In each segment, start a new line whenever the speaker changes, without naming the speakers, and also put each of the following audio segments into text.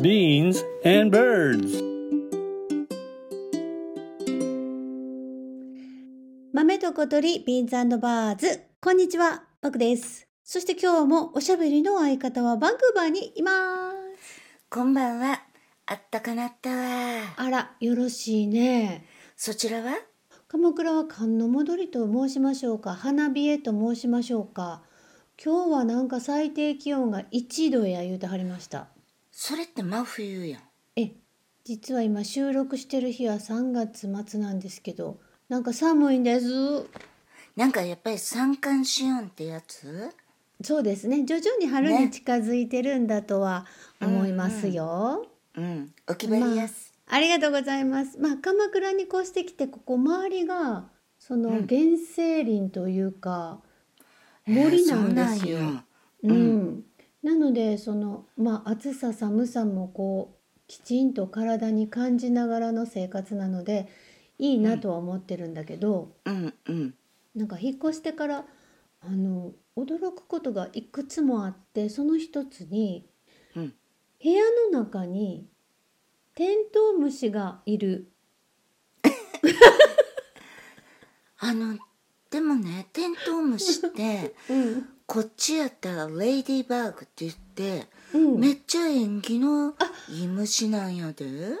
Beans and birds.
豆と小鳥、ビーンズバーズ。こんにちは、バクです。そして今日もおしゃべりの相方はバンクーバーにいます。
こんばんは。あったかなったわ。
あら、よろしいね。
そちらは
鎌倉は寒の戻りと申しましょうか、花冷えと申しましょうか。今日はなんか最低気温が1度や言うてはりました。
それって真冬やん。
え、実は今収録してる日は3月末なんですけど、なんか寒いんです。
なんかやっぱり三寒四温ってやつ
そうですね、徐々に春に近づいてるんだとは思いますよ。
うん。お決まりやす。
ありがとうございます。まあ鎌倉に越してきてここ周りがその
うん
原生林というか、
へえ
森なんですよ。
そううんやうん
なのでそのまあ暑さ寒さもこうきちんと体に感じながらの生活なのでいいなとは思ってるんだけど、
うんうん。
なんか引っ越してからあの驚くことがいくつもあってその一つに
うん。
部屋の中にテントウムシがいる。
あの、でもね、テントウムシ って、
うん
こっちやったらレイディーバーグって言って、
うん、
めっちゃ縁起のいい虫なんやで。
縁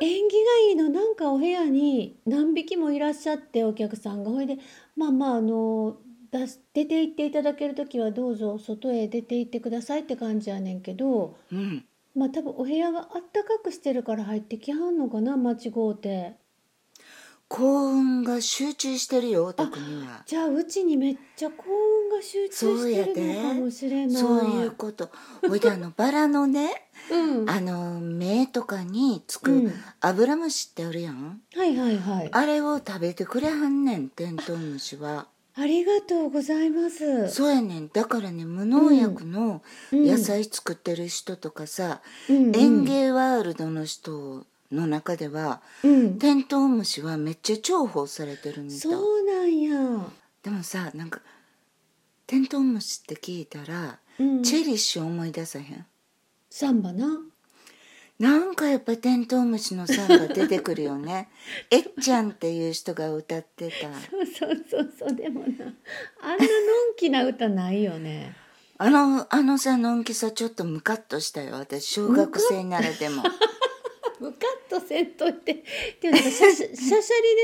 起がいいのなんかお部屋に何匹もいらっしゃってお客さんがほいでまあまああの出し出て行っていただける時はどうぞ外へ出て行ってくださいって感じやねんけど
うん。
まあ多分お部屋があったかくしてるから入ってきはんのかな間違うて
幸運が集中してるよ、お宅には。
じゃあうちにめっちゃ幸運が集中してるのかもしれない
そういうこと。ほいであの、バラのね、
うん、
あの目とかにつ
うん
くアブラムシってあるやん、
はいはいはいあ
あれを食べてくれはんねんテントウムシは
りがとうございます
そうやねんだからね無農薬の
うん
野菜作ってる人とかさ、
うんうん
園芸ワールドの人の中では、
うん
テントウムシはめっちゃ重宝されてるみたい
そうなんや、
でもさなんかテントウムシって聞いたら、
うん、
チェリッシュ思い出さへん
サンバな
なんかやっぱテントウムシのサンバ出てくる よねえっちゃんっていう人が歌ってた
そうそうそうそうでもなあんなのんきな歌ないよね。
あのあのさのんきさちょっとムカッとしたよ私小学生なら でも
ムカッとせんとい てでもなんかしゃしゃしゃしゃり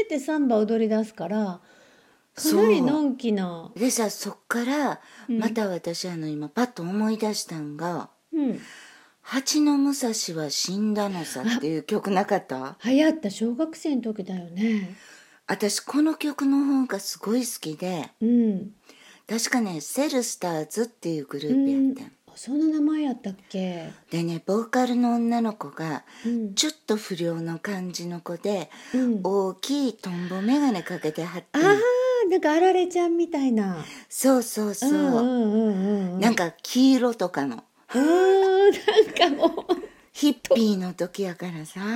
出てサンバ踊り出すからかなりのんきな。
でさそっから
うん
また私、あの今パッと思い出したんが
うん、
「蜂の武蔵は死んだのさ」っていう曲な かった
流行った小学生の時だよね。
私この曲の方がすごい好きで
うん。
確かねセルスターズっていうグループやったん
あそんな名前やったっけ。
でねボーカルの女の子が
うん。
ちょっと不良の感じの子で
うん、あ
大きいトンボ眼鏡かけてはって
あ
ん
ーなんかあられちゃんみたいな。
そうそうそう、
うんうんうんうん。
なんか黄色とかの
うーんなんかもう。
ヒッピーの時やからさ
か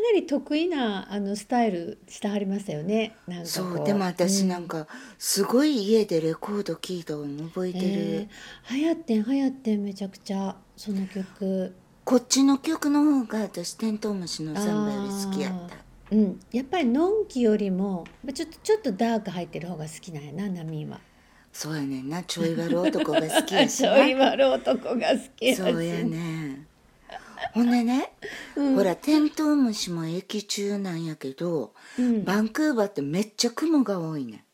なり得意なあのスタイルしてはりましたよねなんかこ
そうでも私なんかすごい家でレコード聴いたの覚え
うん
て
え
る、
ー流行ってん流行ってんめちゃくちゃその曲
こっちの曲の方が私テントウムシのサンバより好きやった
うんやっぱりのんきよりもまあちょっとちょっとダーク入ってる方が好きなんやなナミンは
そうやねんなちょい悪男が好きや し
ち
な
ょい悪男が好きやし
そうやねほんでね、
うん
ほらテントウムシも駅中なんやけど
うん、
バンクーバーってめっちゃ雲が多いねん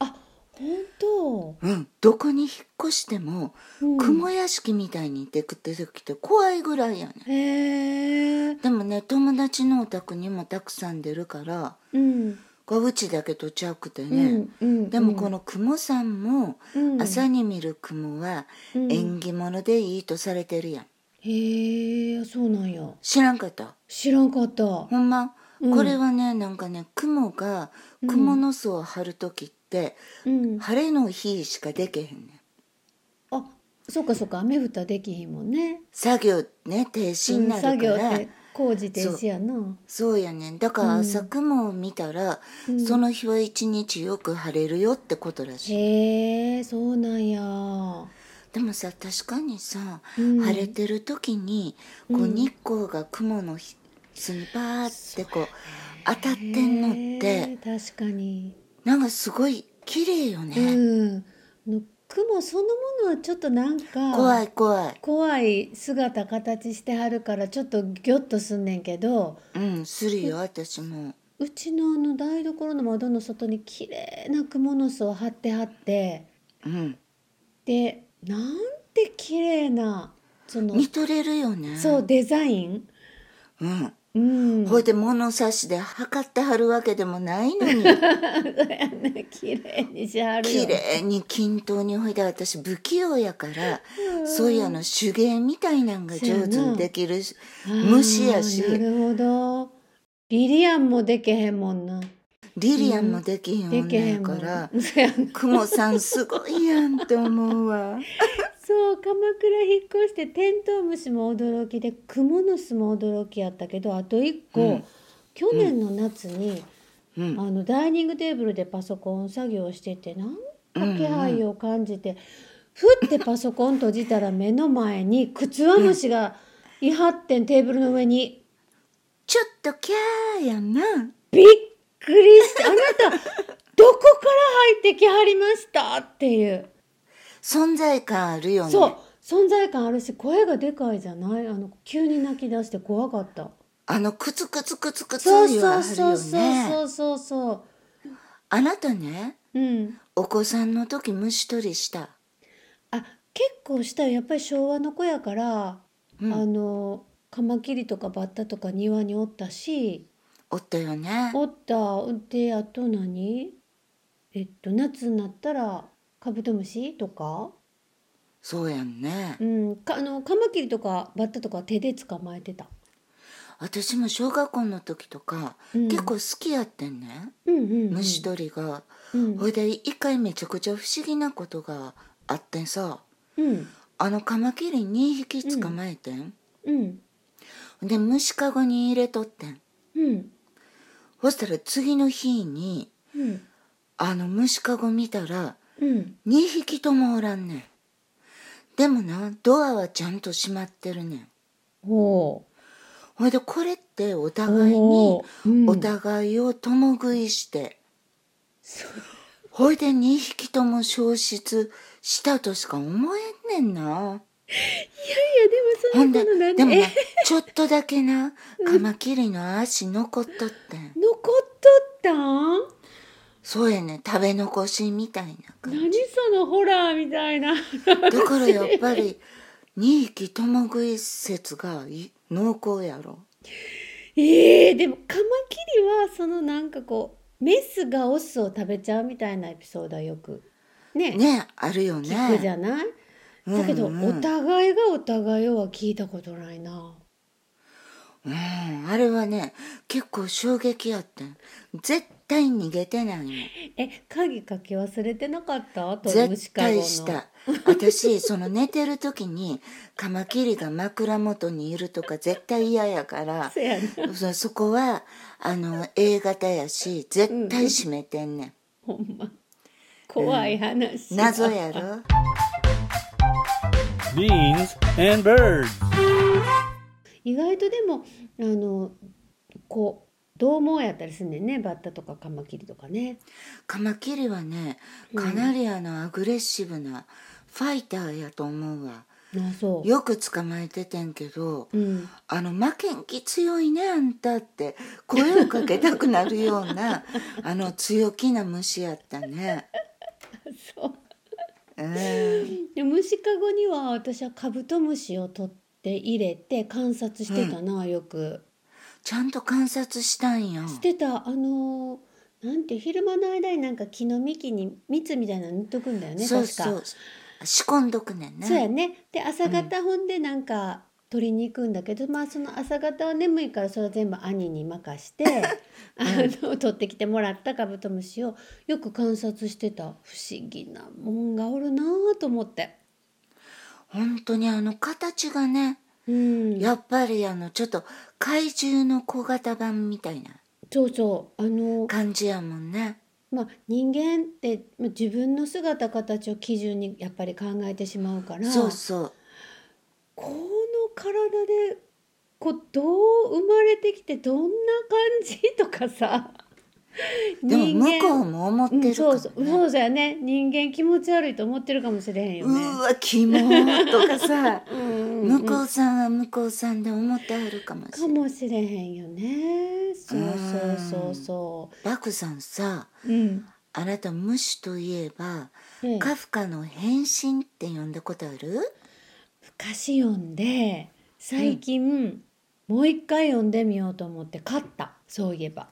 あ本当、
うん、どこに引っ越しても、
うん
雲屋敷みたいに出く出てきて怖いぐらいやね
へえ
でもね友達のお宅にもたくさん出るから
うん
これうちだけとちゃうくて
う
ね、
んうん
でもこの雲さんも、
うん
朝に見る雲は
うん
縁起物でいいとされてるやん
へえそうなんや
知らんかった
知らんかった
ほんま、
うん
これはねなんかね雲が雲の巣を張る時って、
うん
晴れの日しかでけへんねん
あそうかそうか雨降ったらできひんもんね。
作業ね停止になるから、
作業って工事停止やな。
そうやねんだから朝雲を見たら、
うん
その日は一日よく晴れるよってことらしい、
へえそうなんや。
でもさ確かにさ、
うん
晴れてる時にこう日光が雲のひ巣にパーってこう当たってんのって
ねえ確かに、
なんかすごい綺麗よね、
うんあの雲そのものはちょっとなんか
怖い怖い
怖い姿形してはるからちょっとギョッとすんねんけど
うんするよ私も
うちのあの台所の窓の外に綺麗な蜘蛛の巣を張ってはって
うん
でなんて綺麗なその
見とれるよね
そうデザイン
うん
うん
ほいで物差しで測ってはるわけでもないのに
綺麗にしはるよ
綺麗に均等にほいで私不器用やから
うん
そういうあの手芸みたいなんが上手にできるし
あー
虫やし
なるほどリリアンもでけへんもんな
リリアンもできへん
でけへん
女や
も
か
ん
ら
そうやな
クモさんすごいやんって思うわ
そう鎌倉引っ越してテントウムシも驚きでクモの巣も驚きやったけどあと一個、
うん
去年の夏に、
うん
あのダイニングテーブルでパソコン作業しててなんか気配を感じて、ふってパソコン閉じたら目の前にクツワムシがいはってんテーブルの上に。
ちょっとキャーやんな
びっくりしたあなたどこから入ってきはりましたっていう
存在感あるよね
そう存在感あるし声がでかいじゃないあの急に泣き出して怖かった
あのクツクツクツクツ
そう
言
そ
わ
う
はる
そう
よ
そ
ね
うそうそう
あなたね
うん
お子さんの時虫取りした
あ結構したよやっぱり昭和の子やから、
うん
あのカマキリとかバッタとか庭におったし
おったよね
おったであと何えっと夏になったらカブトムシとか
そうやんね
うん、かあのカマキリとかバッタとか手で捕まえてた。
私も小学校の時とか、
うん
結構好きやってんね
うんうん、うん、
虫取りが、
うん
ほいで一回めちゃくちゃ不思議なことがあってさ
うん
あのカマキリ2匹捕まえてん、
うん
で虫かごに入れとってん
うん
そしたら次の日に
うん
あの虫かご見たら
うん
2匹ともおらんねんでもなドアはちゃんと閉まってるねん
ほ
ほいでこれってお
う
互いに
おーうん
お互いを共食いして、ほいで2匹とも消失したとしか思えんねんない
やいやでもそ
ほ
ん
ん
な
で
ことなん
でも
で
な
え
ちょっとだけなカマキリの足残っとってん
残っとったん
そうやね食べ残しみたいな感
何そのホラーみたいな
じだからやっぱり2匹共食い説がい濃厚やろ
えー、でもカマキリはそのなんかこうメスがオスを食べちゃうみたいなエピソードはよくね
ねあるよね
聞くじゃない、だけど、
うんうん
お互いがお互いをは聞いたことないな
うんあれはね結構衝撃やったん絶対逃げてないもん
え、鍵かけ忘れてなかったと
絶対した 私その寝てる時にカマキリが枕元にいるとか絶対嫌や から
そやな。
そそこはあの A 型やし絶対閉めてんねん、
ほんま。怖い話。
謎や ろ
Beans and birds.
意外とでも、あの、こう、どう猛やったりすんねんね。バッタとかカマキリとかね。
カマキリはねかなりあのアグレッシブなファイターやと思うわ
あ、そう。
よく捕まえててんけど、
うん。
あの負けん気強いねあんたって声をかけたくなるよう なあの強気な虫やったね。
そう。
うん
で、虫かごには私はカブトムシを取って入れて観察してたな、よく。
ちゃんと観察したんや。
してた、あのーなんて昼間の間になんか木の幹に蜜みたいなの塗っとくんだよね
そう
確か
そう仕込んどくねんね。
そうやね。で朝方ほんでなんか取りに行くんだけど、まあその朝方は眠いからそれは全部兄に任 してあの取ってきてもらったカブトムシをよく観察してた不思議なもんがおるなぁと思って。
本当にあの形がね
うん、
やっぱりあのちょっと怪獣の小型版みたいな
そうそうあの
感じやもんね。
まあ、人間ってまあ自分の姿形を基準にやっぱり考えてしまうから
そうそう
この体でこうどう生まれてきてどんな感じとかさ
でも
人間
向こうも思って
う
る
ん、
か
そう
も、ね
そうそうだよね人間気持ち悪いと思ってるかもしれへんよね。
うわキモーとかさ
うんうんうん
向こうさんは向こうさんで思ってあるかもし
か
れない
もしれへんよねそうそうそうそ
バクさんさ
ううん、
あなた無視といえば、
ええ
カフカの変身って呼んだことある
昔読んで最近、もう一回読んでみようと思って買ったそういえば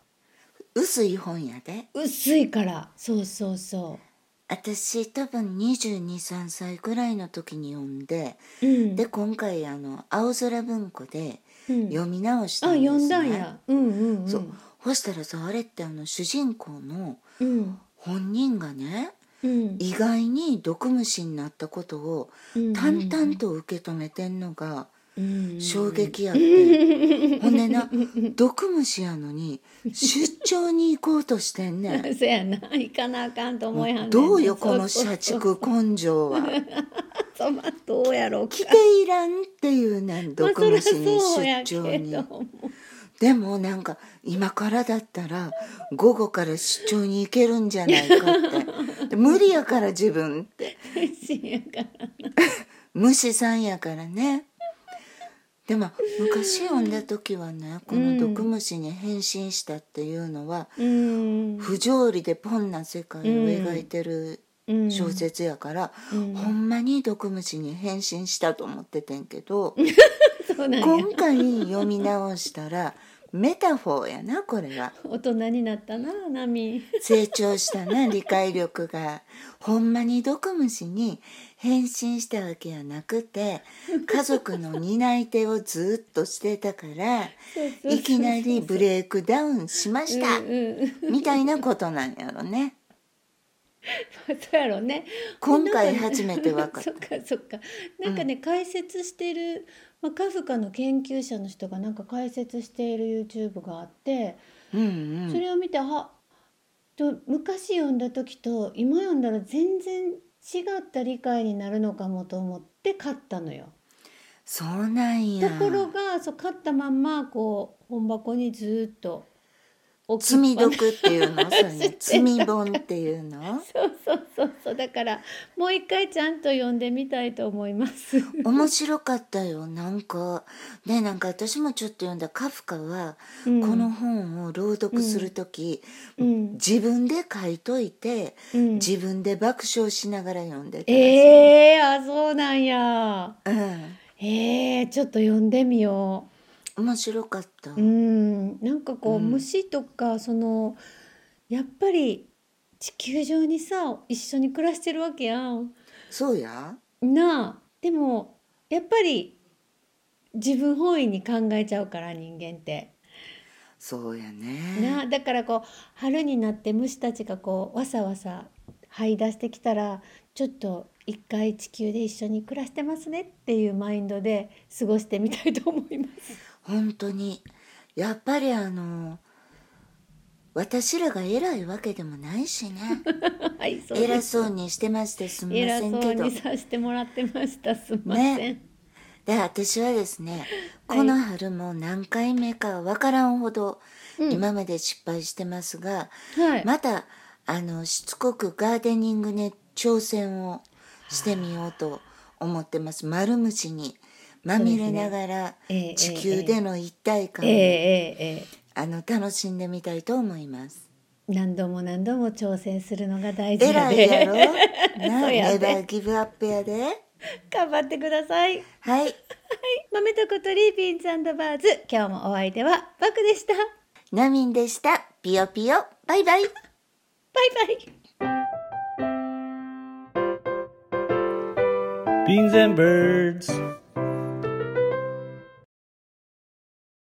薄い本やで
薄いからそうそうそ
私多分223歳ぐらいの時に読んで、
う、うん、
で今回あの青空文庫で
うん
読み直した
あ
んです、
読
ね
んだんやうんうんうん
そうそしたらさあれってあの主人公の
うん
本人がね
うん
意外に毒虫になったことを淡々と受け止めてんのが衝撃や ってほんでな毒虫やのに出張に行こうとしてん ねん
そやな行かなあかんと思いはんねん
どうよこの
そうそ
社
うそう
畜根性は
そうまあどうやろうか
来ていらんっていうねん
まあ
毒
そりゃ
虫に
そうや
出
け
張に
ども
でもなんか今からだったら午後から出張に行けるんじゃないかってで無理やから自分って
深夜から
虫さんやからねでも昔読んだ時はねこの毒虫に変身したっていうのは、
うん
不条理でポンな世界を描いてる
うん
小説やから、
うん
ほんまに毒虫に変身したと思っててんけど、
そうなんや
今回読み直したらメタフォーやなこれは
大人になったなナミ
成長し たな理解力がほんまに毒虫に変身したわけやなくて家族の担い手をずっとしてたから
そうそうそう
いきなりブレイクダウンしました
うんうん
みたいなことなんやろね。
そうやろね
今
な
回
んね
初めて分かった
そっかそっかなんかね、解説してる、まあ、カフカの研究者の人がなんか解説している YouTube があって
うんうん
それを見て、はと昔読んだ時と今読んだら全然違った理解になるのかもと思って買ったのよ。
そうなんや
ところがそう買ったまんまこう本箱にずっと置きっぱ
罪
な
毒っていうのそ
知っ
れ
て
ね
た
罪本っていうの
そうそうそうそうだからもう一回ちゃんと読んでみたいと思います。
面白かったよなんかねなんか私もちょっと読んだカフカは、
うん
この本を朗読する時、
うん
自分で書いといて、
うん
自分で爆笑しながら読んでたらしい
ええあそうなんや。ええちょっと読んでみよ
うん、面白かった、
う。うん、なんかこう、
うん
虫とかそのやっぱり地球上にさ一緒に暮らしてるわけやん。
そうや
なあでもやっぱり自分本位に考えちゃうから人間って。
そうや
な
ね
あだからこう春になって虫たちがこうわさわさ這い出してきたらちょっと一回地球で一緒に暮らしてますねっていうマインドで過ごしてみたいと思い ます。
本当にやっぱりあの私らが偉いわけでもないしね
はい、 そうで
偉
す
そうにしてましてすみま
偉
せん
そう
けど
にさせてもらってました。すみません。
ねで私はですね
はい
この春も何回目かわからんほど
うん
今まで失敗してますが、
はい。
またあのしつこくガーデニングに挑戦をしてみようと思ってます丸虫にまみれながら
そうですねええ
地球での一体感
ええ
を
ええええ
あの楽しんでみたいと思います。
何度も何度も挑戦するのが大事な
偉
の
いや
で
ろな
そうや
ネバ
で
ーギブアップやで。
頑張ってください。はい、
はい
豆とことリービーンズバーズ今日もお相手はバクでした。バイ
ナミンでした。ピヨピヨバイバイ。
バイ。
Beans and birds.